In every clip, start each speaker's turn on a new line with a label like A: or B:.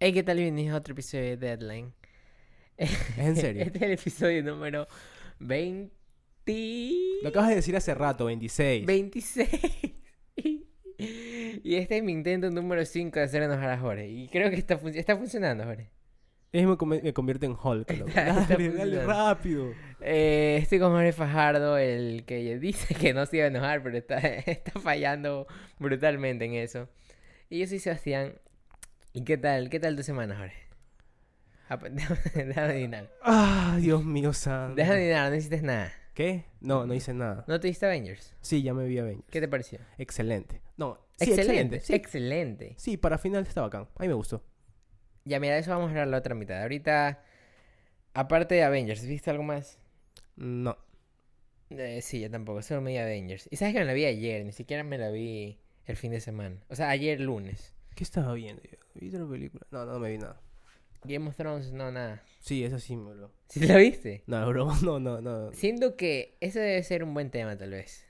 A: Hey, ¿qué tal? Bienvenidos a otro episodio de Deadline.
B: en serio?
A: Este es el episodio número 20...
B: Lo acabas de decir hace rato, 26.
A: 26. y este es mi intento número 5 de hacer enojar a Jorge. Y creo que está, func- está funcionando, Jorge.
B: Es me, come- me convierte en Hulk. loco.
A: Está- está
B: Dale, dale
A: funcionando.
B: rápido.
A: Eh, estoy con Jorge Fajardo, el que dice que no se iba a enojar, pero está, está fallando brutalmente en eso. Y yo soy Sebastián. ¿Y qué tal? ¿Qué tal tu semana, Jorge? Apa- Déjame adivinar.
B: Ah, Dios mío, santo.
A: Déjame adivinar, no hiciste nada.
B: ¿Qué? No, no hice nada.
A: ¿No te viste Avengers?
B: Sí, ya me vi a Avengers.
A: ¿Qué te pareció?
B: Excelente. No, sí, excelente. Sí.
A: excelente.
B: Sí, para final está bacán. A mí me gustó.
A: Ya, mira, de eso vamos a hablar la otra mitad. Ahorita, aparte de Avengers, ¿viste algo más?
B: No.
A: Eh, sí, yo tampoco, solo me vi Avengers. Y sabes que me la vi ayer, ni siquiera me la vi el fin de semana. O sea, ayer lunes.
B: ¿Qué estaba viendo? yo? ¿Vi otra película? No, no me vi nada.
A: Game of Thrones, no, nada.
B: Sí, esa sí me lo.
A: ¿Sí la viste?
B: No, bro, no, no, no.
A: Siento que ese debe ser un buen tema, tal vez.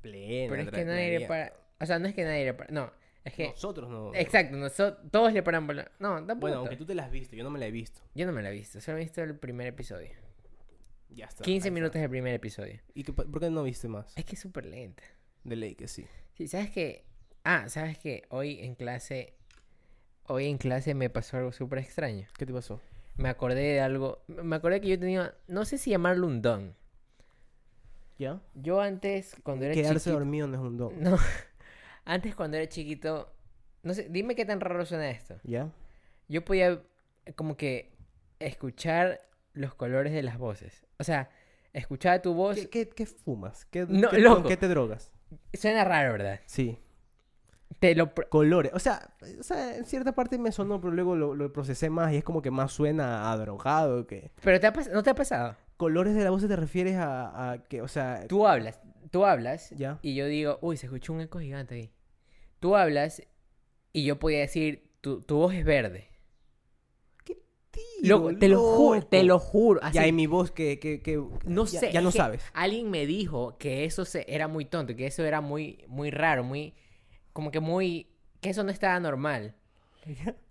B: Plena.
A: Pero es que
B: tra-
A: nadie le
B: traía.
A: para... O sea, no es que nadie le para... No, es que...
B: Nosotros no.
A: Exacto, noso- todos le paran por la... No, tampoco.
B: Bueno, aunque tú te la has visto, yo no me la he visto.
A: Yo no me la he visto, solo he visto el primer episodio.
B: Ya está.
A: 15
B: ahí está.
A: minutos del primer episodio.
B: ¿Y qué pa- por qué no viste más?
A: Es que es súper lenta.
B: De ley que sí.
A: Sí, sabes que. Ah, sabes que hoy en clase. Hoy en clase me pasó algo súper extraño.
B: ¿Qué te pasó?
A: Me acordé de algo. Me acordé que yo tenía. No sé si llamarlo un don.
B: ¿Ya?
A: Yo antes, cuando era
B: Quedarse
A: chiquito.
B: dormido no es un don.
A: No. Antes, cuando era chiquito. No sé, dime qué tan raro suena esto.
B: ¿Ya?
A: Yo podía, como que. Escuchar los colores de las voces. O sea, escuchaba tu voz.
B: ¿Qué, qué, qué fumas? ¿Qué,
A: No,
B: qué-
A: loco.
B: ¿Con qué te drogas?
A: Suena raro, ¿verdad?
B: Sí.
A: Te lo. pro-
B: Colores. O sea, o sea, en cierta parte me sonó, pero luego lo, lo procesé más y es como que más suena a drogado que...
A: Pero te ha pas- no te ha pasado.
B: ¿Colores de la voz te refieres a, a que, o sea...
A: Tú hablas. Tú hablas.
B: ¿Ya?
A: Y yo digo, uy, se escuchó un eco gigante ahí. Tú hablas y yo podía decir, tu, tu voz es verde. Loco, te lo juro, te lo juro. así.
B: Ya, y mi voz que... que, que
A: no
B: ya-
A: sé.
B: Ya no
A: es que
B: sabes.
A: Alguien me dijo que eso se, era muy tonto, que eso era muy, muy raro, muy, como que muy, que eso no estaba normal.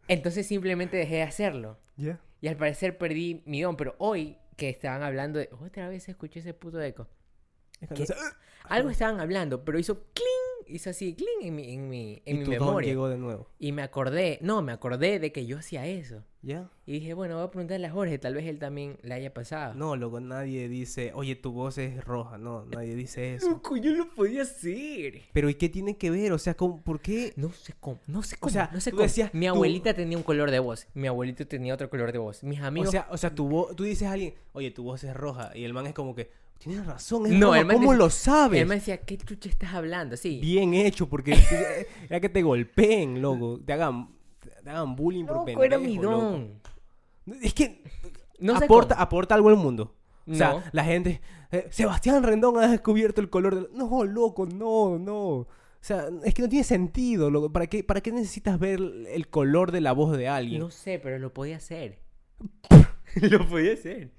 A: Entonces simplemente dejé de hacerlo.
B: ¿Ya?
A: Y al parecer perdí mi don, pero hoy que estaban hablando de, otra vez escuché ese puto eco.
B: Es que
A: ¿Qué?
B: no sé.
A: Algo estaban hablando, pero hizo cling, hizo así cling en mi, en mi, en
B: y
A: mi
B: tu don
A: memoria.
B: llegó de nuevo.
A: Y me acordé, no, me acordé de que yo hacía eso.
B: ¿Ya?
A: Y dije, bueno, voy a preguntarle a Jorge, tal vez él también le haya pasado.
B: No, loco, nadie dice, oye, tu voz es roja. No, nadie dice eso.
A: Loco, yo lo podía hacer.
B: Pero ¿y qué tiene que ver? O sea, ¿cómo- ¿por qué?
A: No sé cómo, no sé cómo,
B: sea,
A: no sé
B: tú
A: cómo.
B: decías,
A: mi
B: tú-
A: abuelita tenía un color de voz, mi abuelito tenía otro color de voz, mis amigos...
B: O sea, o sea tu voz, tú dices a alguien, oye, tu voz es roja. Y el man es como que, tienes razón, es
A: No,
B: roja.
A: el man
B: ¿Cómo
A: dice-
B: lo sabes?
A: él me decía, ¿qué chucha estás hablando? Sí.
B: Bien hecho, porque eh, era que te golpeen, loco. Te hagan, te hagan bullying por
A: Loco, era
B: pendejo,
A: mi
B: loco.
A: don.
B: Es que
A: No sé
B: aporta,
A: cómo.
B: aporta algo al mundo. O sea,
A: No.
B: la gente, eh, Sebastián Rendón ha descubierto el color del... No, loco, no, no. O sea, es que no tiene sentido, loco. ¿Para qué, para qué necesitas ver el el color de la voz de alguien?
A: No sé, pero lo podía hacer. lo podía hacer.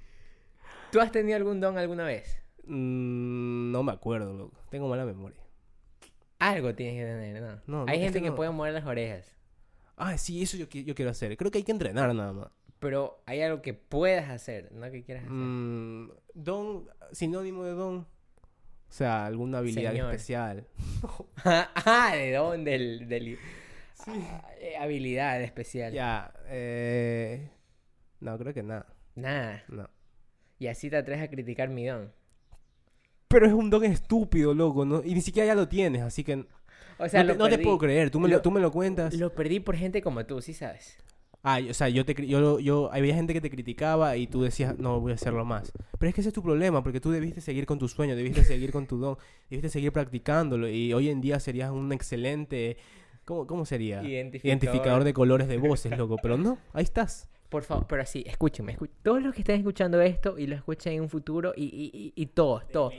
A: ¿Tú has tenido algún don alguna vez?
B: Mm, no me acuerdo, loco. Tengo mala memoria.
A: Algo tienes que tener, ¿no?
B: No, no,
A: Hay
B: es
A: gente
B: que
A: que
B: no.
A: puede mover las orejas.
B: Ah, sí, eso yo, qui- yo quiero hacer. Creo que hay que entrenar nada más.
A: pero hay algo que puedas hacer, no que quieras hacer.
B: Mm, don, sinónimo de don. O sea, alguna habilidad
A: Señor.
B: especial.
A: ah, de dónde del, del- Ah, eh, habilidad especial.
B: Ya, eh... No, creo que nada.
A: Nada.
B: No.
A: Y así te atreves a criticar mi don.
B: Pero es un don estúpido, loco, ¿no? Y ni siquiera ya lo tienes, así que...
A: O sea,
B: no, te,
A: lo
B: no te
A: perdí.
B: puedo creer, tú me lo,
A: Lo-
B: tú me lo cuentas.
A: Lo perdí por gente como tú, sí sabes.
B: Ah, y- o sea, yo te... cri- Yo, lo- yo, había gente que te criticaba y tú decías, no, voy a hacerlo más. Pero es que ese es tu problema, porque tú debiste seguir con tu sueño, debiste seguir con tu don, debiste seguir practicándolo y hoy en día serías un excelente... ¿Cómo, cómo sería?
A: Identificador.
B: Identificador de colores de voces, loco. Pero no, ahí estás.
A: Por favor, pero así, escúchenme. escu- Todos los que estén escuchando esto y lo escuchen en un futuro y, y, y- y todos, todos.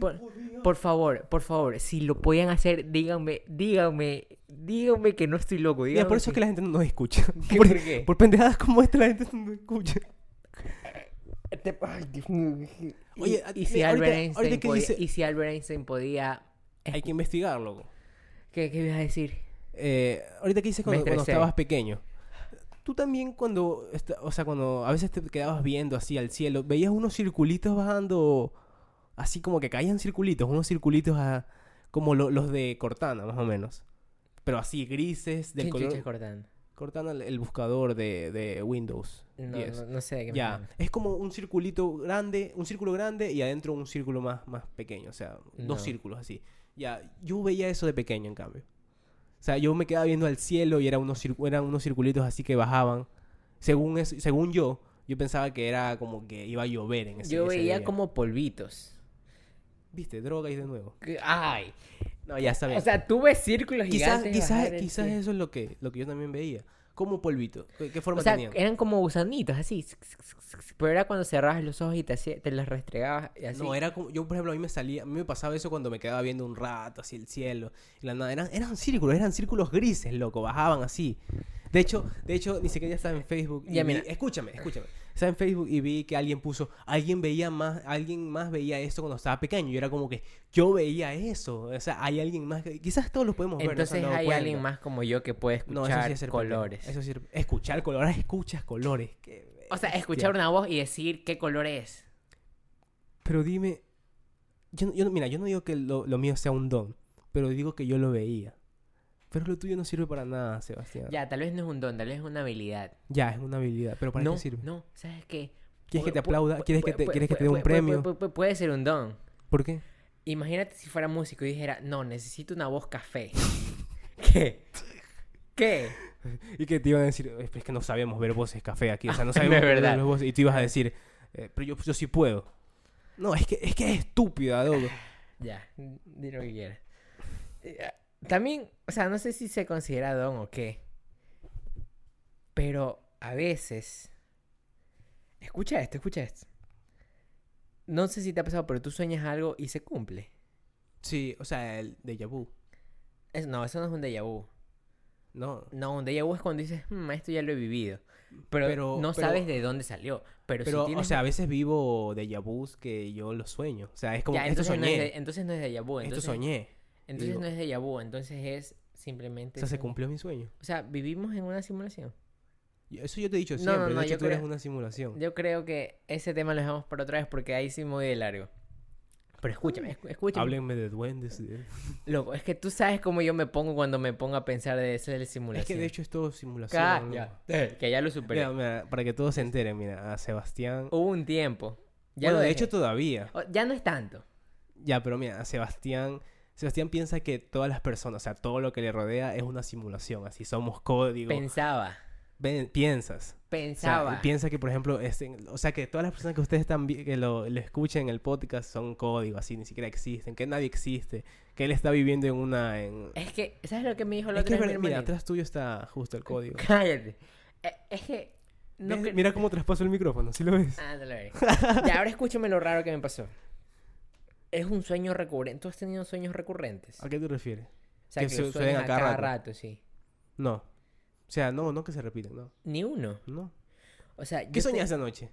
A: Por, por favor, por favor, si lo podían hacer, díganme, díganme, díganme que no estoy loco. Díganme
B: Mira, por eso es que la gente no nos escucha.
A: ¿Qué,
B: Porque-
A: por qué?
B: Por pendejadas como esta la gente no nos escucha.
A: Te- Ay, Dios mío. Y-
B: Oye,
A: y,
B: a-
A: si
B: mira,
A: Albert
B: ahorita-
A: Einstein
B: ahorita que
A: podía,
B: dice-
A: y si Albert Einstein podía,
B: Hay que investigar, loco.
A: ¿qué, qué ibas a decir?
B: eh, ahorita que dices cuando, cuando
A: estresé.
B: estabas pequeño, tú también cuando, esta- o sea, cuando a veces te quedabas viendo así al cielo, veías unos circulitos bajando, así como que caían circulitos, unos circulitos a- como lo- los de Cortana, más o menos. Pero así grises, del
A: ¿Quién
B: color...
A: chucha es Cortana?
B: Cortana, el- el buscador de, de Windows.
A: No,
B: 10.
A: no, no sé de qué me
B: Ya,
A: hablan.
B: es como un circulito grande, un círculo grande y adentro un círculo más, más pequeño, o sea,
A: No.
B: dos círculos así. Ya, yo veía eso de pequeño en cambio. O sea, yo me quedaba viendo al cielo y era unos cir- eran unos circulitos así que bajaban. Según es, según yo, yo pensaba que era como que iba a llover en ese
A: Yo
B: ese
A: veía
B: día.
A: como polvitos.
B: viste, droga y de nuevo.
A: Que- Ay.
B: No, ya sabes.
A: O sea, tú ves círculos
B: quizás
A: gigantes.
B: quizás
A: bajar el
B: quizás
A: cielo.
B: eso es lo que lo que yo también veía. Como polvito. ¿Qué, qué forma
A: O sea,
B: tenían?
A: eran como gusanitos, así. Pero era cuando cerrabas los ojos y te, hacía- te los restregabas y así.
B: No, era como, yo por ejemplo, a mí me salía, a mí me pasaba eso cuando me quedaba viendo un rato así el cielo, y la nada, eran, eran círculos, eran círculos grises, loco, bajaban así. De hecho, de hecho, ni siquiera estaba en Facebook. y
A: Ya,
B: vi-
A: mira.
B: escúchame, escúchame. Estaba en Facebook y vi que alguien puso, alguien veía más, alguien más veía esto cuando estaba pequeño. Y era como que yo veía eso. O sea, hay alguien más que, quizás todos los podemos ver. no se han
A: Entonces hay
B: dado
A: alguien
B: cuenta.
A: más como yo que puede escuchar
B: No, eso sí es ser pendejo.
A: colores.
B: Eso sí es- escuchar colores, ahora escuchas colores. qué
A: O sea,
B: bestia.
A: escuchar una voz y decir qué color es.
B: Pero dime, yo, no- yo no- mira, yo no digo que lo, lo mío sea un don, pero digo que yo lo veía. Pero lo tuyo no sirve para nada, Sebastián. Ya,
A: Ya, tal vez no es un don, tal vez es una habilidad.
B: es una habilidad, pero ¿para
A: no,
B: qué sirve?
A: no, ¿sabes qué?
B: ¿Quieres que
A: Pu- pu-
B: te aplauda?
A: pu-
B: ¿Quieres que
A: pu-
B: te,
A: pu-
B: ¿quieres que
A: pu-
B: te dé
A: pu-
B: un
A: pu-
B: premio?
A: pu- pu- Puede ser un don.
B: ¿Por qué?
A: Imagínate si fuera músico y dijera, no, necesito una voz café. ¿Qué? ¿Qué?
B: Y que te iban a decir, "Eh, es que no sabemos ver voces café aquí, o sea, no
A: De
B: sabemos ver
A: verdad. Ah.
B: las voces. Y tú ibas a decir, "Eh, pero yo, yo sí puedo. No, es que es, que es estúpida, loco.
A: Ya, di lo que quieras. Eh, También, o sea, no sé si se considera don o qué. Pero a veces. Escucha esto, escucha esto. No sé si te ha pasado, pero tú sueñas algo y se cumple.
B: Sí, o sea, el déjà vu.
A: Es- no, eso no es un déjà vu.
B: No,
A: No, un déjà vu es cuando dices, "Hmm, esto ya lo he vivido. Pero,
B: Pero-
A: no
B: pero-
A: sabes de dónde salió. Pero,
B: pero,
A: si
B: o
A: tienes.
B: sea, a veces vivo déjà vus que yo lo sueño. O sea, es como,
A: ya,
B: esto
A: entonces, no
B: soñé,
A: es de- entonces no es déjà vu.
B: esto
A: Entonces,
B: soñé.
A: entonces
B: digo.
A: no es déjà vu. Entonces es simplemente.
B: O sea, se
A: sueño.
B: cumplió mi sueño.
A: O sea, vivimos en una simulación.
B: Y Eso yo te he dicho
A: No,
B: siempre.
A: no, no,
B: de hecho,
A: yo
B: tú eres
A: creo-
B: una simulación.
A: Yo creo que ese tema lo dejamos para otra vez porque ahí sí me voy de largo. Pero
B: Mm,
A: escúchame, escu- escúchame.
B: Háblenme de duendes. de-
A: Loco, es que tú sabes cómo yo me pongo cuando me pongo a pensar de esa simulación.
B: Es que de hecho es todo simulación.
A: Ca-
B: ¿no?
A: ya, que ya lo superé.
B: Mira, mira, para que todos se enteren, mira, a Sebastián.
A: Hubo un tiempo. Ya
B: bueno,
A: lo
B: de
A: dejé.
B: hecho todavía.
A: O- ya no es tanto.
B: Ya, pero mira, a Sebastián. Sebastián piensa que todas las personas, o sea, todo lo que le rodea es una simulación. Así somos código.
A: Pensaba.
B: Ven, piensas. O sea,
A: Pensaba.
B: él piensa que, por ejemplo, es en- o sea, que todas las personas que ustedes están vi- que lo, lo escuchan en el podcast son código, así, ni siquiera existen, que nadie existe, que él está viviendo en una, en,
A: Es que, ¿sabes lo que me dijo la
B: Es que
A: otra
B: es
A: vez mi
B: verdad, mira,
A: hermanito?
B: atrás tuyo está justo el código.
A: Cállate. Eh, es que. No
B: ¿Ves?
A: cre-
B: Mira cómo traspaso el micrófono, ¿sí lo ves?
A: Ah, dale, dale. Ya, ahora escúchame lo raro que me pasó. Es un sueño recurrente. ¿Tú has tenido sueños recurrentes?
B: ¿A qué te refieres?
A: O sea,
B: Que
A: que,
B: se-
A: lo
B: suelen
A: sueñas
B: a
A: a
B: cada
A: cada,
B: rato.
A: rato. sí.
B: No. O sea, no, no que se repiten, no.
A: Ni uno.
B: No.
A: O sea, yo
B: ¿Qué
A: te-
B: soñé esa noche?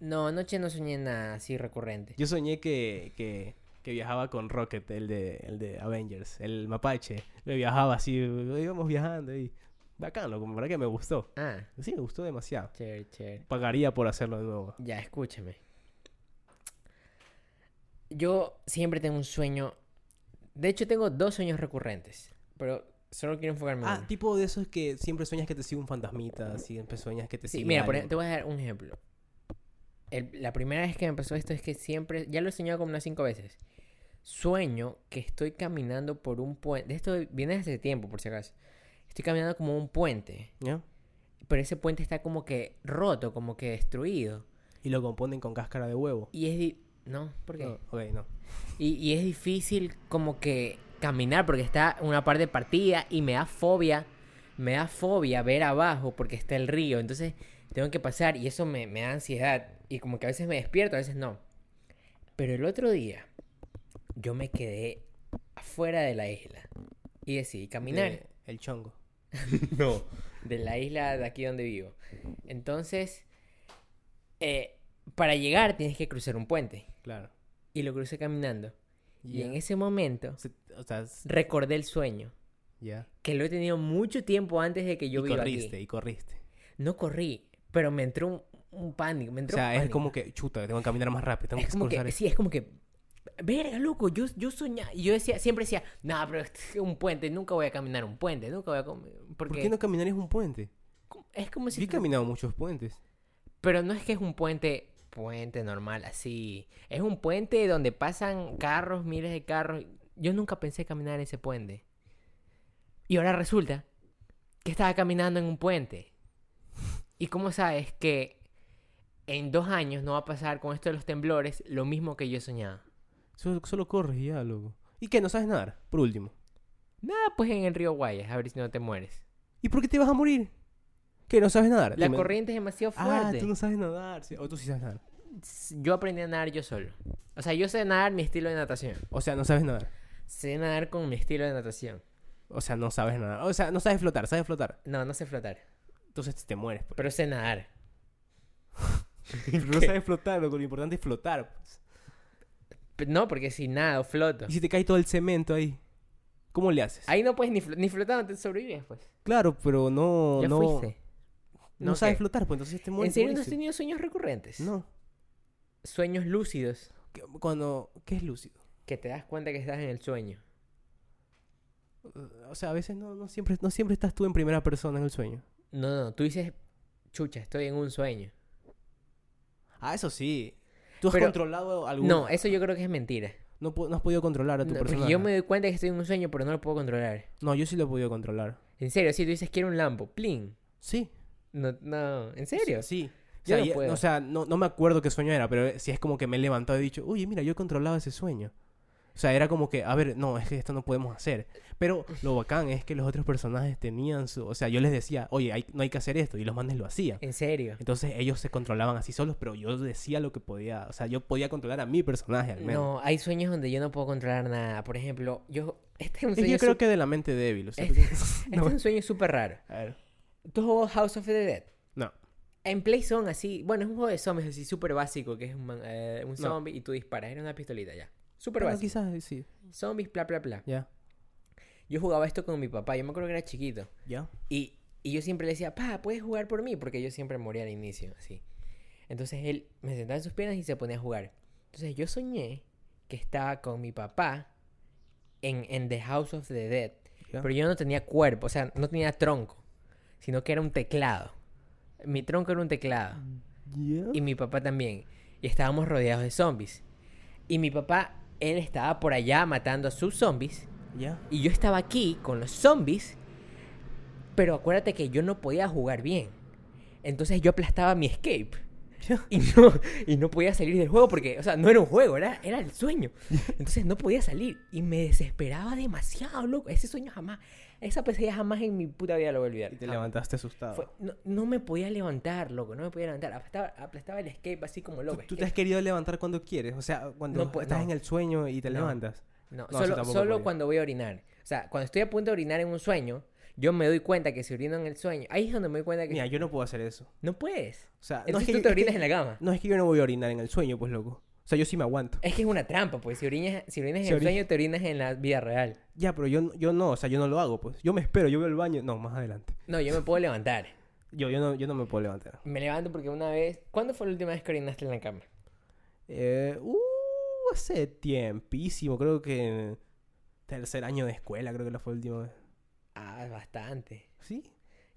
A: No, anoche no soñé nada así recurrente.
B: Yo soñé que, que, que viajaba con Rocket, el de, el de Avengers, el mapache. Lo viajaba así, íbamos viajando y... Bacán, loco, ¿verdad que me gustó?
A: Ah,
B: Sí, me gustó demasiado.
A: chévere, chévere.
B: Pagaría por hacerlo de nuevo.
A: Ya, escúchame. Yo siempre tengo un sueño. De hecho, tengo dos sueños recurrentes. Pero solo quiero enfocarme en
B: Ah,
A: uno.
B: tipo de esos que siempre sueñas que te sigue un fantasmita, siempre sueñas que te
A: Sí,
B: sigue
A: mira, por
B: alguien.
A: ejemplo, te voy a dar un ejemplo. El- la primera vez que me pasó esto es que siempre, ya lo he soñado como unas cinco veces. Sueño que estoy caminando por un puente. Esto viene desde hace tiempo, por si acaso. Estoy caminando como un puente,
B: ¿Ya?
A: pero ese puente está como que roto, como que destruido.
B: Y lo componen con cáscara de huevo.
A: Y es... di- No, ¿por qué?
B: No, ok, no.
A: Y, y es difícil como que caminar porque está una parte partida y me da fobia, me da fobia ver abajo porque está el río. Entonces tengo que pasar y eso me, me da ansiedad. Y como que a veces me despierto, a veces no. Pero el otro día yo me quedé afuera de la isla y decidí caminar.
B: de el chongo.
A: No. De la isla de aquí donde vivo. Entonces, eh, para llegar tienes que cruzar un puente.
B: Claro.
A: Y lo crucé caminando. Y
B: Ya.
A: en ese momento
B: Se- o sea, s-
A: recordé el sueño.
B: Ya.
A: que lo he tenido mucho tiempo antes de que yo
B: y
A: viva
B: corriste,
A: aquí.
B: y corriste.
A: No corrí, pero me entró un, un pánico, me
B: O
A: entró
B: sea,
A: un
B: es
A: pánico.
B: como que, chuta, tengo que caminar más rápido, tengo
A: es
B: que
A: como
B: cruzar
A: que,
B: esto.
A: sí, es como que, verga, loco, yo, yo soñaba, y yo decía, siempre decía, no, pero es un puente, nunca voy a caminar un puente, nunca voy a... com- Porque
B: ¿Por qué no caminar es un puente?
A: es como si...
B: Yo he
A: tú-
B: caminado muchos puentes.
A: Pero no es que es un puente, puente normal, así, es un puente donde pasan carros, miles de carros, yo nunca pensé caminar ese puente. Y ahora resulta que estaba caminando en un puente. ¿Y cómo sabes que en dos años no va a pasar con esto de los temblores lo mismo que yo soñaba?
B: Solo, solo corres y ya, loco. ¿Y qué? ¿No sabes nadar? Por último.
A: Nada, pues en el río Guayas, a ver si no te mueres. ¿Y
B: ¿Por qué te vas a morir? ¿Qué? ¿No sabes nadar?
A: La
B: Dime.
A: corriente es demasiado
B: Ah,
A: fuerte.
B: tú no sabes nadar. sí. O tú sí sabes nadar.
A: S- Yo aprendí a nadar yo solo. O sea, yo sé nadar mi estilo de natación.
B: O sea, no sabes nadar.
A: Sé nadar con mi estilo de natación.
B: O sea, no sabes nadar. O sea, no sabes flotar, sabes flotar.
A: No, no sé flotar,
B: Entonces te mueres. pues.
A: pero sé nadar.
B: Pero no sabes flotar, loco. Lo importante es flotar. pues.
A: P- No, porque si nado, floto.
B: Y si te cae todo el cemento ahí, ¿cómo le haces?
A: Ahí no puedes ni, flo- ni flotar, no te sobrevives, pues.
B: Claro, pero no.
A: ya
B: no,
A: fuiste.
B: no
A: ¿No
B: sabes
A: qué?
B: flotar, pues entonces te
A: ¿En
B: mueres.
A: serio no has
B: mueres.
A: tenido sueños recurrentes?
B: No.
A: Sueños lúcidos
B: ¿Qué- Cuando. ¿Qué es lúcido?
A: que te das cuenta que estás en el sueño.
B: Eh, O sea, a veces no, no, siempre, no siempre estás tú en primera persona en el sueño.
A: No, no, tú dices, chucha, estoy en un sueño.
B: Ah, eso sí. ¿Tú has
A: Pero-
B: controlado algún.?
A: No, eso yo creo que es mentira.
B: No, pu- no has podido controlar a tu
A: No, porque
B: personaje.
A: yo me doy cuenta que estoy en un sueño, pero no lo puedo controlar.
B: No, yo sí lo he podido controlar.
A: En serio, si tú dices quiero un Lambo, plin.
B: Sí.
A: No, no, en serio.
B: Sí. O
A: Yo
B: sea,
A: no
B: ya-
A: puedo.
B: o sea, no, no me acuerdo qué sueño era, pero si es como que me he levantado y he dicho, oye, mira, yo he controlado ese sueño. O sea, era como que, a ver, no, es que esto no podemos hacer. Pero lo bacán es que los otros personajes tenían su... O sea, yo les decía, oye, hay- no hay que hacer esto, y los manes lo hacían.
A: En serio.
B: Entonces ellos se controlaban así solos, pero yo decía lo que podía. O sea, yo podía controlar a mi personaje al menos.
A: No, hay sueños donde yo no puedo controlar nada. Por ejemplo, yo. Este es un
B: Es que
A: sueño,
B: yo creo
A: su-
B: que de la mente débil. O sea,
A: Este-
B: porque-
A: este
B: no,
A: es un sueño súper raro.
B: A ver.
A: Tú juego House of the Dead.
B: No.
A: En Play son así. Bueno, es un juego de zombies así súper básico, que es un, man- eh, un
B: No.
A: zombie y tú disparas. Era una pistolita ya. Súper
B: Pero
A: básico.
B: quizás sí.
A: Zombies, bla, bla, bla.
B: Ya.
A: Yo jugaba esto con mi papá. Yo me acuerdo que era chiquito.
B: Ya.
A: Y, y yo siempre le decía, pa, ¿puedes jugar por mí? Porque yo siempre moría al inicio, así. Entonces él me sentaba en sus piernas y se ponía a jugar. Entonces yo soñé que estaba con mi papá en, en The House of the Dead.
B: Ya.
A: Pero yo no tenía cuerpo, o sea, no tenía tronco, sino que era un teclado. Mi tronco era un teclado. Y mi papá también. Y estábamos rodeados de zombies. Y mi papá, él estaba por allá matando a sus zombies.
B: Ya.
A: Y yo estaba aquí con los zombies, pero acuérdate que yo no podía jugar bien. Entonces yo aplastaba mi escape.
B: Ya.
A: Y no, y no podía salir del juego porque, o sea, no era un juego, era, era el sueño. Entonces no podía salir y me desesperaba demasiado, loco. Ese sueño jamás, esa pesadilla jamás en mi puta vida lo voy a olvidar.
B: Y te
A: Jamás.
B: levantaste asustado.
A: Ah. Fue- no, no me podía levantar, loco, no me podía levantar. Aplastaba, aplastaba el escape así como
B: ¿Tú,
A: loco.
B: tú te has querido levantar cuando quieres, o sea, cuando
A: Pues, No, pues,
B: estás
A: no.
B: en el sueño y te
A: No.
B: levantas.
A: No,
B: No, eso
A: solo,
B: tampoco
A: solo
B: podía.
A: cuando voy a orinar. O sea, cuando estoy a punto de orinar en un sueño, yo me doy cuenta que si orino en el sueño, ahí es donde me doy cuenta que
B: Mira, yo no puedo hacer eso.
A: no puedes.
B: O sea, Ah, no es,
A: Entonces
B: que
A: tú
B: yo,
A: te
B: es que-
A: orinas en la cama.
B: no es que yo no voy a orinar en el sueño, pues loco. O sea, yo sí me aguanto.
A: Es que es una trampa, pues si orinas, si orinas en
B: Si
A: el
B: orina-
A: sueño, te orinas en la vida real.
B: Ya, pero yo, no- yo no, o sea, yo no lo hago, pues. Yo me espero, yo veo el baño. No, más adelante.
A: No, yo me puedo levantar.
B: Yo, yo, no, yo no me puedo levantar.
A: Me levanto porque una vez. ¿Cuándo fue la última vez que orinaste en la cama?
B: Eh, uh, hace tiempísimo, creo que en tercer año de escuela, creo que la fue la última vez.
A: Ah, bastante.
B: ¿Sí?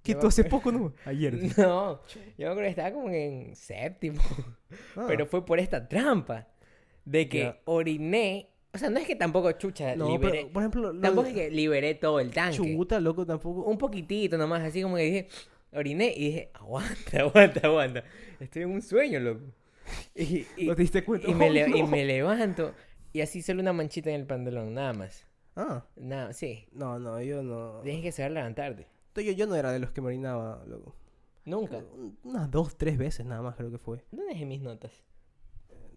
B: Que
A: Yo
B: tú
A: me
B: hace poco, ¿no? Ayer.
A: No, yo me acuerdo que estaba como en séptimo.
B: Ah.
A: Pero fue por esta trampa de que
B: Ya.
A: oriné. O sea, no es que tampoco chucha
B: no,
A: liberé.
B: pero, por ejemplo, lo
A: Tampoco
B: de-
A: es que liberé todo el tanque.
B: chubuta, loco, tampoco.
A: Un poquitito nomás, así como que dije, oriné y dije, aguanta, aguanta, aguanta. Estoy en un sueño, loco. Y, y-
B: ¿No te diste cuenta?
A: y me,
B: Oh,
A: le- y
B: no.
A: me levanto y así solo una manchita en el pantalón, nada más.
B: Ah.
A: Nada, sí.
B: No, no, yo no.
A: Tienes que saber levantarte.
B: Yo, yo no era de los que me orinaba, loco.
A: Nunca.
B: Un- Unas dos, tres veces nada más creo que fue.
A: ¿Dónde dejé mis notas?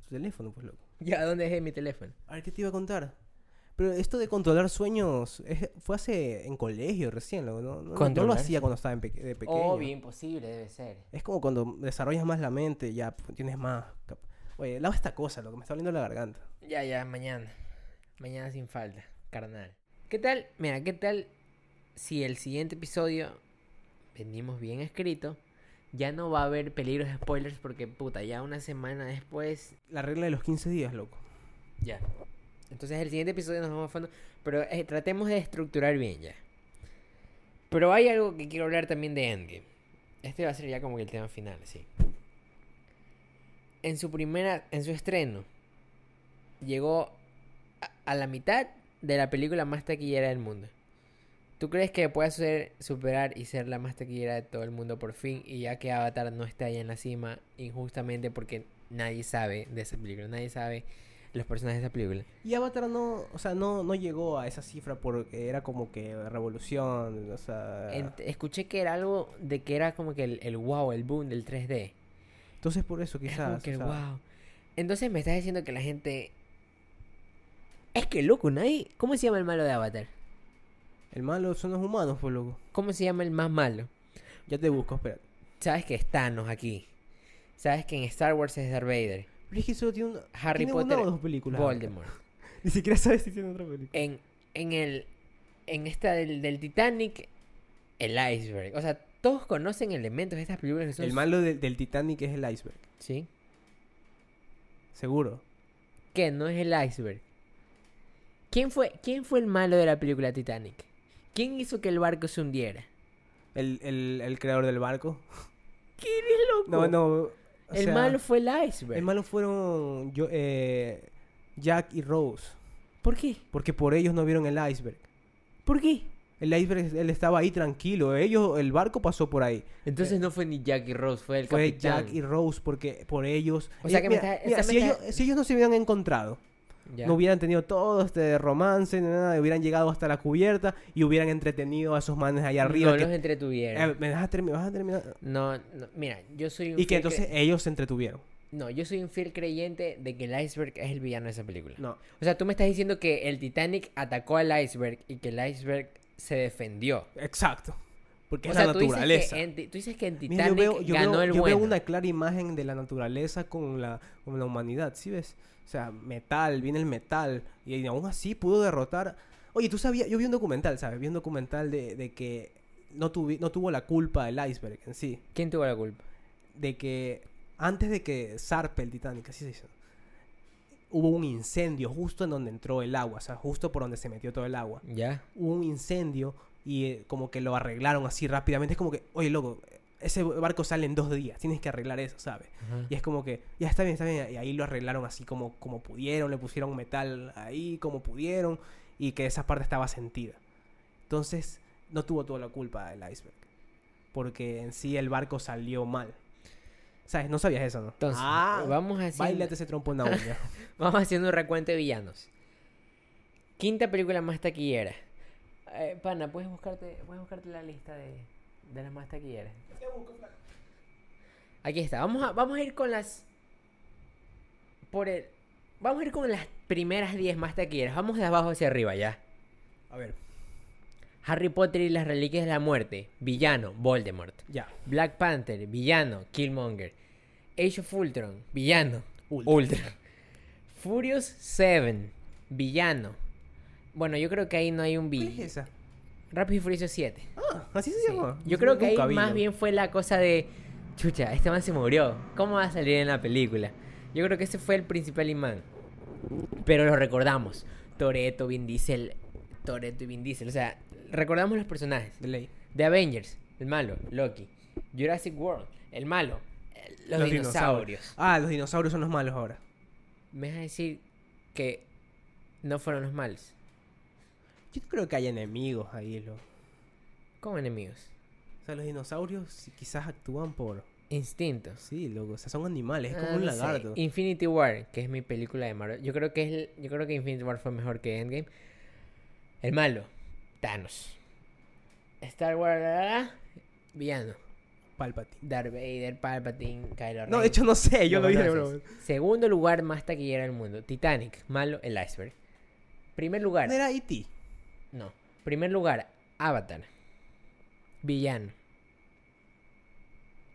B: Tu teléfono, pues, loco.
A: Ya, ¿dónde dejé mi teléfono?
B: A ver, ¿qué te iba a contar? Pero esto de controlar sueños es- fue hace en colegio recién, loco. No, No- no, no lo
A: Controlar
B: hacía cuando estaba en peque- de pequeño.
A: Obvio, imposible debe ser.
B: Es como cuando desarrollas más la mente, ya pues, tienes más... cap- Oye, lava esta cosa, loco. Me está doliendo la garganta.
A: Ya, ya, mañana. Mañana sin falta, carnal. ¿Qué tal? Mira, ¿qué tal si el siguiente episodio venimos bien escrito, ya no va a haber peligros de spoilers porque puta, ya una semana después,
B: La regla de los 15 días, loco.
A: ya. Entonces el siguiente episodio nos vamos a fondo, pero eh, tratemos de estructurar bien ya. Pero hay algo que quiero hablar también de Endgame. Este va a ser ya como que el tema final, sí. En su primera, en su estreno, llegó a, a la mitad de la película más taquillera del mundo. ¿Tú crees que pueda ser- superar y ser la más taquillera de todo el mundo por fin? Y ya que Avatar no está ahí en la cima, injustamente porque nadie sabe de esa película, nadie sabe los personajes de esa película.
B: Y Avatar no, o sea, no, no llegó a esa cifra porque era como que revolución, o sea...
A: Ent- escuché que era algo de que era como que el, el wow, el boom del 3D.
B: Entonces por eso
A: Era
B: quizás...
A: como que
B: o
A: el
B: sea,
A: wow. Entonces me estás diciendo que la gente. Es que loco, nadie. ¿Cómo se llama el malo de Avatar?
B: El malo son los humanos, pues loco.
A: ¿Cómo se llama el más malo?
B: Ya te busco, espera.
A: Sabes que es Thanos aquí. Sabes que en Star Wars es Darth Vader.
B: Pero es que solo tiene una...
A: Harry
B: tiene
A: Potter.
B: una o dos películas.
A: Voldemort.
B: Ni siquiera sabes si tiene otra película.
A: En, en el. En esta del, del Titanic, el iceberg. O sea, todos conocen elementos de estas películas que son.
B: El malo del- del Titanic es el iceberg,
A: Sí.
B: seguro.
A: Que no es el iceberg. ¿Quién fue, ¿Quién fue el malo de la película Titanic? ¿Quién hizo que el barco se hundiera?
B: El, el, el creador del barco.
A: ¿Quién es loco?
B: No, no. o
A: El
B: sea,
A: malo fue el iceberg.
B: El malo fueron yo, eh, Jack y Rose.
A: ¿Por qué?
B: Porque por ellos no vieron el iceberg.
A: ¿Por qué?
B: El iceberg, él estaba ahí tranquilo. Ellos, el barco pasó por ahí.
A: Entonces no fue ni Jack y Rose, fue el
B: Eh, Fue
A: capitán.
B: Jack y Rose porque por ellos...
A: O sea
B: ellos-
A: que me
B: mira,
A: está-
B: mira,
A: está-
B: si,
A: me está-
B: ellos, si ellos no se hubieran encontrado,
A: Ya.
B: no hubieran tenido todo este romance, ni nada, hubieran llegado hasta la cubierta y hubieran entretenido a esos manes allá arriba.
A: No
B: que-
A: los entretuvieron.
B: Eh, ¿me dejas termi- vas a terminar?
A: No, no, mira, yo soy un
B: Y
A: fiel
B: que
A: cre-
B: entonces ellos se entretuvieron.
A: No, yo soy un fiel creyente de que el iceberg es el villano de esa película.
B: No,
A: O sea, tú me estás diciendo que el Titanic atacó al iceberg y que el iceberg se defendió.
B: exacto. Porque
A: o
B: es
A: sea,
B: la
A: tú dices,
B: naturaleza.
A: que en, ti- tú dices que en Titanic
B: Mira, yo veo, yo
A: ganó
B: veo-
A: el
B: yo veo
A: bueno.
B: una clara imagen de la naturaleza con la, con la humanidad, ¿sí ves? O sea, metal, viene el metal. Y aún así pudo derrotar. Oye, tú sabías, yo vi un documental, ¿sabes? Vi un documental de, de que no, tuvi- no tuvo la culpa el iceberg en sí.
A: ¿Quién tuvo la culpa?
B: De que antes de que zarpe el Titanic, así se dice, hubo un incendio justo en donde entró el agua, o sea, justo por donde se metió todo el agua
A: Ya.
B: hubo un incendio y eh, como que lo arreglaron así rápidamente. Es como que, oye, loco, ese barco sale en dos días, tienes que arreglar eso, ¿sabes?
A: Ajá.
B: Y es como que, ya está bien, está bien. Y ahí lo arreglaron así como, como pudieron, le pusieron metal ahí como pudieron y que esa parte estaba sentida. Entonces, no tuvo toda la culpa el iceberg. Porque en sí el barco salió mal. ¿Sabes? No sabías eso, ¿no?
A: Entonces,
B: ah,
A: vamos haciendo,
B: Báilate ese trompo en la uña.
A: vamos haciendo un recuento de villanos. Quinta película más taquillera. Eh, pana, ¿puedes buscarte, puedes buscarte la lista de, de las más taquilleras. Aquí está. Vamos a, vamos a ir con las. Por el. Vamos a ir con las primeras 10 más taquilleras. Vamos de abajo hacia arriba ya.
B: A ver,
A: Harry Potter y las Reliquias de la Muerte. Villano, Voldemort.
B: ya.
A: Black Panther, villano, Killmonger. Age of Ultron, villano,
B: Ultra.
A: Ultra. Furious 7, villano. Bueno, yo creo que ahí no hay un
B: ¿Qué es
A: villano.
B: esa?
A: Rápido y Furioso 7.
B: Ah, así se
A: Sí.
B: llama.
A: Yo creo que ahí
B: Nunca vi,
A: más
B: ¿no?
A: bien fue la cosa de, chucha, este man se murió. ¿Cómo va a salir en la película? Yo creo que ese fue el principal imán. Pero lo recordamos. Toreto, Vin Diesel, Toreto y Vin Diesel. O sea, recordamos los personajes.
B: De ley.
A: The Avengers, el malo, Loki. Jurassic World, el malo, eh, los, dinosaurios.
B: Ah, los dinosaurios son los malos ahora.
A: Me vas a decir que no fueron los malos,
B: Yo creo que hay enemigos ahí, lo. O
A: como enemigos.
B: sea, los dinosaurios quizás actúan por.
A: Instintos.
B: Sí, loco. O sea, son animales, es como
A: Ah,
B: un
A: no sé.
B: lagarto.
A: Infinity War, que es mi película de Marvel. Yo creo que es el- yo creo que Infinity War fue mejor que Endgame. El malo, Thanos. Star Wars, la, la, la, villano.
B: Palpatine.
A: Darth Vader, Palpatine, Kylo
B: No, de
A: Ren.
B: hecho no sé, yo
A: Lo
B: lo dije, bro.
A: conoces. Segundo lugar más taquillera del mundo. Titanic, malo, el iceberg. Primer lugar.
B: ¿No era E E.T.?
A: No. Primer lugar, Avatar. Villano.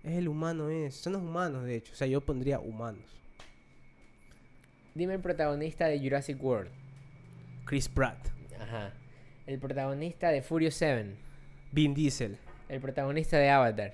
B: Es el humano, es. Son los humanos, de hecho. O sea, yo pondría humanos.
A: Dime el protagonista de Jurassic World.
B: Chris Pratt.
A: Ajá. El protagonista de Furious 7.
B: Vin Diesel.
A: El protagonista de Avatar.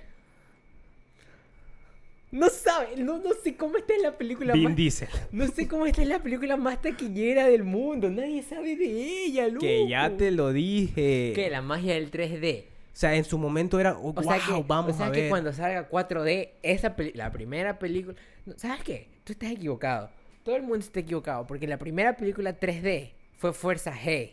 A: No sabe, no, no sé cómo esta es la película
B: Vin
A: más...
B: Diesel.
A: No sé cómo esta es la película más taquillera del mundo. Nadie sabe de ella, loco.
B: Que ya te lo dije.
A: Que la magia del 3D.
B: O sea, en su momento era, oh,
A: O
B: wow,
A: sea que,
B: vamos
A: o sea
B: a
A: que
B: ver.
A: cuando salga 4D, esa peli- la primera película... No, ¿Sabes qué? Tú estás equivocado. Todo el mundo está equivocado porque la primera película 3D fue Fuerza G.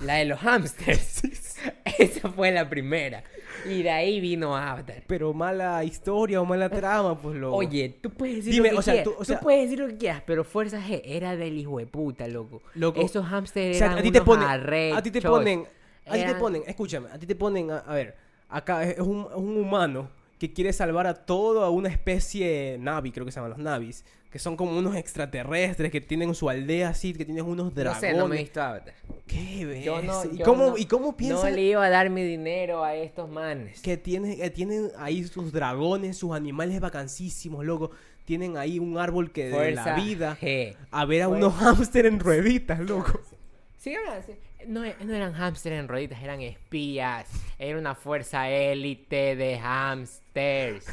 A: La de los hamsters. esa fue la primera. Y de ahí vino Avatar.
B: Pero mala historia o mala trama, pues lo.
A: Oye, tú puedes decir
B: Dime,
A: lo que
B: o sea,
A: quieras.
B: tú- o sea-
A: puedes decir lo que quieras, pero Fuerza G era del hijo de puta, loco.
B: Loco.
A: Esos hamsters
B: O sea,
A: eran
B: a ti te
A: unos
B: ponen, a ti te
A: arrechos.
B: ponen, a ti te
A: Eran-
B: ponen, escúchame, a ti te ponen, a, a ver, acá es es un, es un humano que quiere salvar a toda una especie Navi, creo que se llaman los Navis, que son como unos extraterrestres que tienen su aldea así, que tienen unos
A: No
B: dragones.
A: sé, no me he visto Avatar.
B: ¿Qué
A: Yo
B: ves?
A: no,
B: ¿Y,
A: yo
B: cómo,
A: no-
B: ¿Y cómo piensas
A: No le iba a dar mi dinero a estos manes.
B: que, tienen, que tienen ahí sus dragones, sus animales vacancísimos, loco? Tienen ahí un árbol que de la
A: Fuerza
B: vida.
A: G.
B: A ver a
A: Fuer-
B: unos hámster en rueditas, loco.
A: Sí, eran- sí. No, e- no eran hámsters en rueditas, eran espías. Era una fuerza élite de hámsters.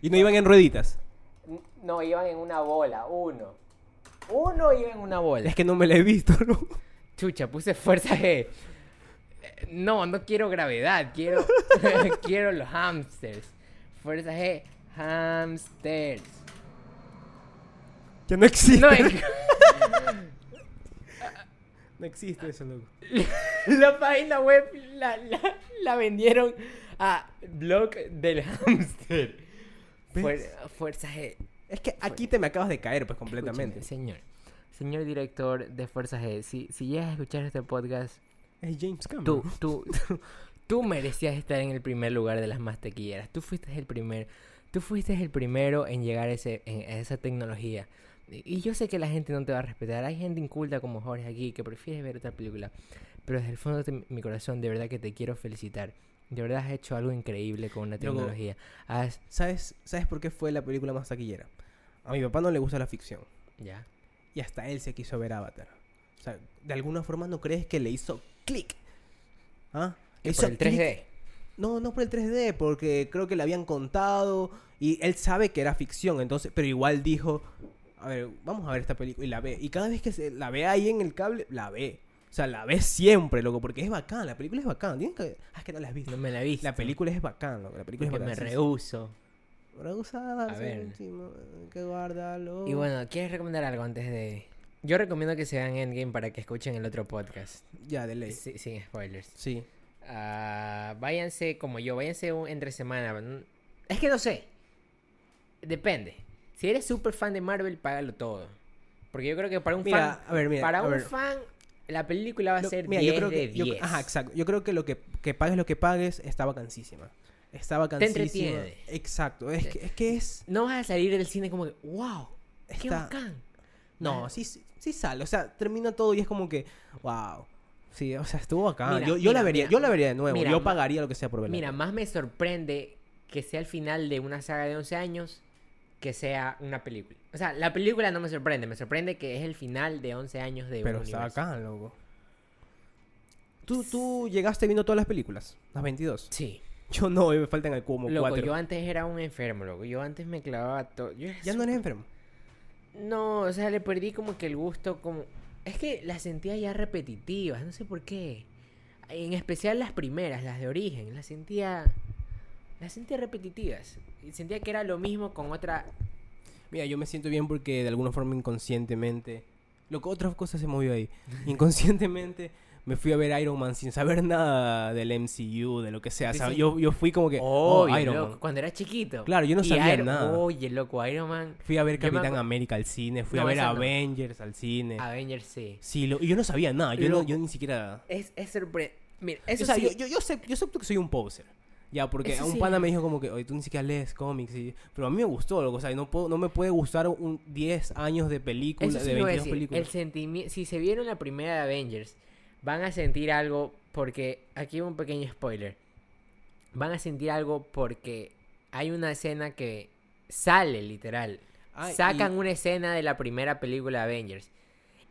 B: Y no iban en rueditas.
A: No, iban en una bola, uno. Uno iba en una bola.
B: Es que no me la he visto, loco.
A: Chucha, puse fuerza G. Eh, No, no quiero gravedad, quiero, quiero los hamsters. Fuerza G, hamsters.
B: Ya no existe.
A: No,
B: No,
A: en-
B: existe eso, loco.
A: la página web la, la- la vendieron a blog del hamster.
B: ¿Ves?
A: Fuer- fuerza G.
B: Es que aquí te me acabas de caer, pues, completamente.
A: Escúchame, señor. Señor director de Fuerza G, si, si llegas a escuchar este podcast,
B: Es James Cameron.
A: Tú, tú, tú, tú merecías estar en el primer lugar de las más tequilleras. Tú fuiste el primer, tú fuiste el primero en llegar a, ese, en- a esa tecnología. Y y yo sé que la gente no te va a respetar. Hay gente inculta como Jorge aquí que prefiere ver otra película. Pero desde el fondo de mi- mi corazón, de verdad que te quiero felicitar. De verdad has hecho algo increíble con una
B: Loco.
A: tecnología. Has...
B: ¿Sabes, ¿Sabes por qué fue la película más taquillera? A mi papá no le gusta la ficción.
A: Ya.
B: Y hasta él se quiso ver Avatar. O sea, de alguna forma no crees que le hizo clic. ¿Ah? Le
A: Que por el
B: clic.
A: 3D.
B: No, no por el 3D, porque creo que le habían contado y él sabe que era ficción, entonces, pero igual dijo, a ver, vamos a ver esta película y la ve. Y cada vez que se- la ve ahí en el cable, la ve. O sea, la ve siempre, loco, porque es bacán, la película es bacán. Tienen que... Ah, es que no la has visto.
A: No me la viste.
B: La película es bacán, loco, la película
A: Porque
B: es
A: me
B: bacán. sí,
A: rehuso.
B: sí. Rehusada,
A: A
B: sí,
A: ver.
B: sí, mo- que guárdalo.
A: Y bueno, ¿quieres recomendar algo antes de...? Yo recomiendo que se vean Endgame para que escuchen el otro podcast.
B: Ya, de ley. Sí.
A: Sí, sin spoilers. Ah, váyanse como yo, váyanse un- entre semana. Mm, Es que no sé. Depende. Si eres súper fan de Marvel, págalo todo. Porque yo creo que para un
B: Mira,
A: fan...
B: a ver, mira,
A: para
B: a
A: un
B: ver.
A: fan, la película va a
B: Lo-
A: ser
B: mira,
A: 10
B: yo creo
A: de
B: que, yo-
A: 10.
B: ajá, exacto. Yo creo que lo que, que pagues lo que pagues está vacancísima. Está vacancísima.
A: entretiene.
B: Exacto. Es que es... Que es
A: No vas a salir del cine como que, wow, qué
B: Está-
A: bacán.
B: no,
A: Ah.
B: sí, sí, sí sale. O sea, termina todo y es como que... Wow. Sí, o sea, estuvo acá.
A: Mira,
B: yo, yo
A: mira,
B: la vería,
A: mira,
B: yo la vería de nuevo.
A: mira,
B: yo
A: ma-
B: pagaría lo que sea por verla.
A: Mira, más me sorprende que sea el final de una saga de 11 años que sea una película. O sea, la película no me sorprende, me sorprende que es el final de 11 años de
B: Pero
A: un
B: está
A: universo.
B: acá, loco. Tú, tú llegaste viendo todas las películas, las 22.
A: Sí.
B: Yo no, me faltan como
A: Loco,
B: cuatro.
A: yo antes era un enfermo, loco. Yo antes me clavaba todo. Yo era
B: Ya no eres enfermo.
A: No, o sea, le perdí como que el gusto, como... Es que las sentía ya repetitivas, no sé por qué. En especial las primeras, las de origen, las sentía... Las sentía repetitivas. Y sentía que era lo mismo con otra...
B: Mira, yo me siento bien porque de alguna forma inconscientemente. Lo que otras cosas se movió ahí. Inconscientemente me fui a ver Iron Man sin saber nada del MCU, de lo que sea.
A: Sí,
B: ¿sabes?
A: sí.
B: Yo, yo fui como que. Oh,
A: Oye,
B: Iron
A: loco,
B: Man.
A: Cuando era chiquito.
B: Claro, yo no
A: Y
B: sabía
A: Iron-
B: nada.
A: Oye, loco, Iron Man,
B: Fui a ver
A: Yo me
B: Capitán
A: acu-
B: América al cine, fui
A: No,
B: a ver
A: esa no. Ah.
B: Avengers al cine.
A: Avengers, sí.
B: Sí, lo- y yo no sabía nada. Yo, no,
A: Loco.
B: yo ni siquiera.
A: Es, es sorprendente. Mira, eso
B: o sea,
A: sí,
B: yo, yo, yo, sé- yo acepto que soy un poser. Ya, porque
A: Eso
B: un
A: sí.
B: pana me dijo como que, oye, tú ni siquiera lees cómics. y- Pero a mí me gustó, loco. O sea, no, puedo, no me puede gustar un 10 años de película,
A: Eso sí
B: de
A: lo voy a
B: 22
A: decir.
B: películas.
A: El sentimi- si se vieron la primera de Avengers, van a sentir algo porque aquí va un pequeño spoiler. Van a sentir algo porque hay una escena que sale literal.
B: Ah, y-
A: Sacan una escena de la primera película de Avengers.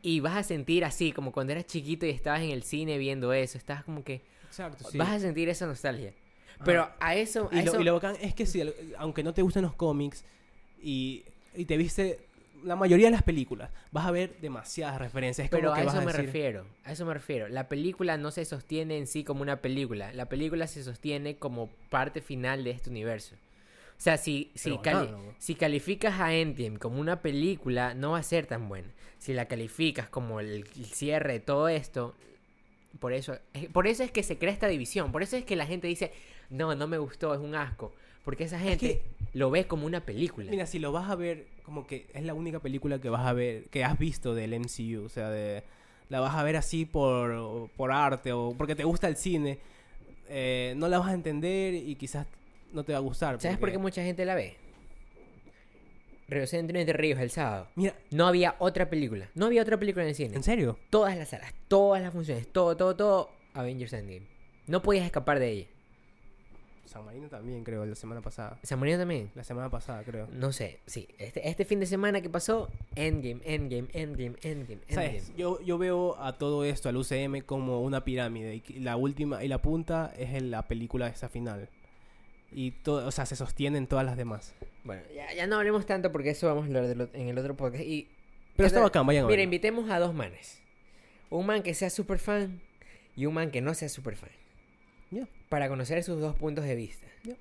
A: Y vas a sentir así, como cuando eras chiquito y estabas en el cine viendo eso. Estabas como que,
B: Exacto, sí.
A: Vas a sentir esa nostalgia. Pero
B: Ajá.
A: a eso... a
B: Y lo,
A: eso-
B: y lo bacán es que si, al- aunque no te gusten los cómics y, y te viste la mayoría de las películas, vas a ver demasiadas referencias. Es como
A: Pero a
B: que vas
A: eso me
B: decir,
A: refiero, a eso me refiero. La película no se sostiene en sí como una película, la película se sostiene como parte final de este universo. O sea, si, si,
B: Pero
A: cali-
B: bacano, ¿no?
A: si calificas a Endgame como una película, no va a ser tan buena. Si la calificas como el, el cierre de todo esto, por eso, eh, por eso es que se crea esta división, por eso es que la gente dice, no, no me gustó, es un asco. Porque esa gente
B: que-
A: lo ve como una película.
B: Mira, si lo vas a ver, como que es la única película que vas a ver, que has visto del MCU, o sea, de, la vas a ver así por, por arte o porque te gusta el cine, eh, no la vas a entender y quizás no te va a gustar.
A: ¿Sabes por qué mucha gente la ve? Río Centro y Entre Ríos el sábado.
B: Mira,
A: No había otra película. No había otra película en el cine.
B: ¿en serio?
A: Todas las salas, todas las funciones, todo, todo, todo. Avengers Endgame. No podías escapar de ella.
B: San Marino también, creo, la semana pasada.
A: ¿San Marino también?
B: La semana pasada, creo.
A: No sé, sí. Este, este fin de semana que pasó, Endgame, Endgame, Endgame, Endgame, Endgame.
B: ¿Sabes? Yo, yo veo a todo esto, al UCM, como una pirámide. Y que la última y la punta es el- la película esa final. Y todo, o sea, se sostienen todas las demás.
A: Bueno, ya, ya no hablemos tanto porque eso vamos a hablar del ot- en el otro podcast. Y,
B: Pero
A: ¿qué
B: está
A: tal?
B: bacán, vayan a
A: Mira,
B: verlo.
A: invitemos a dos manes. Un man que sea super fan y un man que no sea super fan.
B: Ya.
A: Para conocer sus dos puntos de vista.
B: Ya.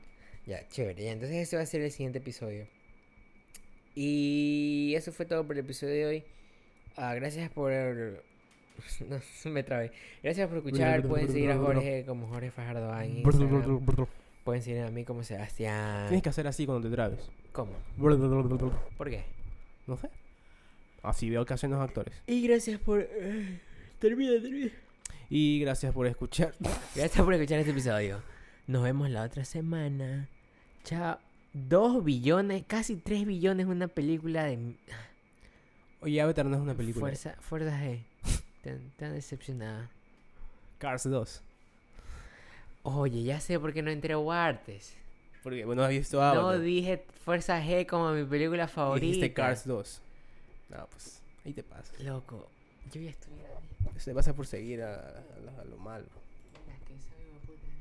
A: Ya, chévere. Ya, entonces ese va a ser el siguiente episodio. Y eso fue todo por el episodio de hoy. Ah, gracias por... no, me trabé. Gracias por escuchar. Pueden seguir a Jorge como Jorge Fajardo A en Instagram. Pueden seguir a mí como Sebastián.
B: Tienes que hacer así cuando te trabes.
A: ¿Cómo? ¿Por qué?
B: No sé. Así veo que hacen los actores.
A: Y gracias por... eh, Termina, termina.
B: Y gracias por escuchar.
A: Gracias por escuchar este episodio. Nos vemos la otra semana. Chao. Dos billones, casi tres billones una película de m-
B: Oye, Avatar no es una película.
A: Fuerza, Fuerza G. Tan, tan decepcionada.
B: ¿eh? Cars 2.
A: Oye, ya sé por qué no entré a Huartes.
B: Porque, Ah, bueno, has visto
A: No
B: Avatar.
A: dije Fuerza G como mi película
B: y
A: favorita.
B: dijiste Cars 2. No, pues ahí te pasa.
A: Loco, yo ya estuviera.
B: Se pasa por seguir a, a lo- a lo malo.
A: La que sabe, hijo de puta.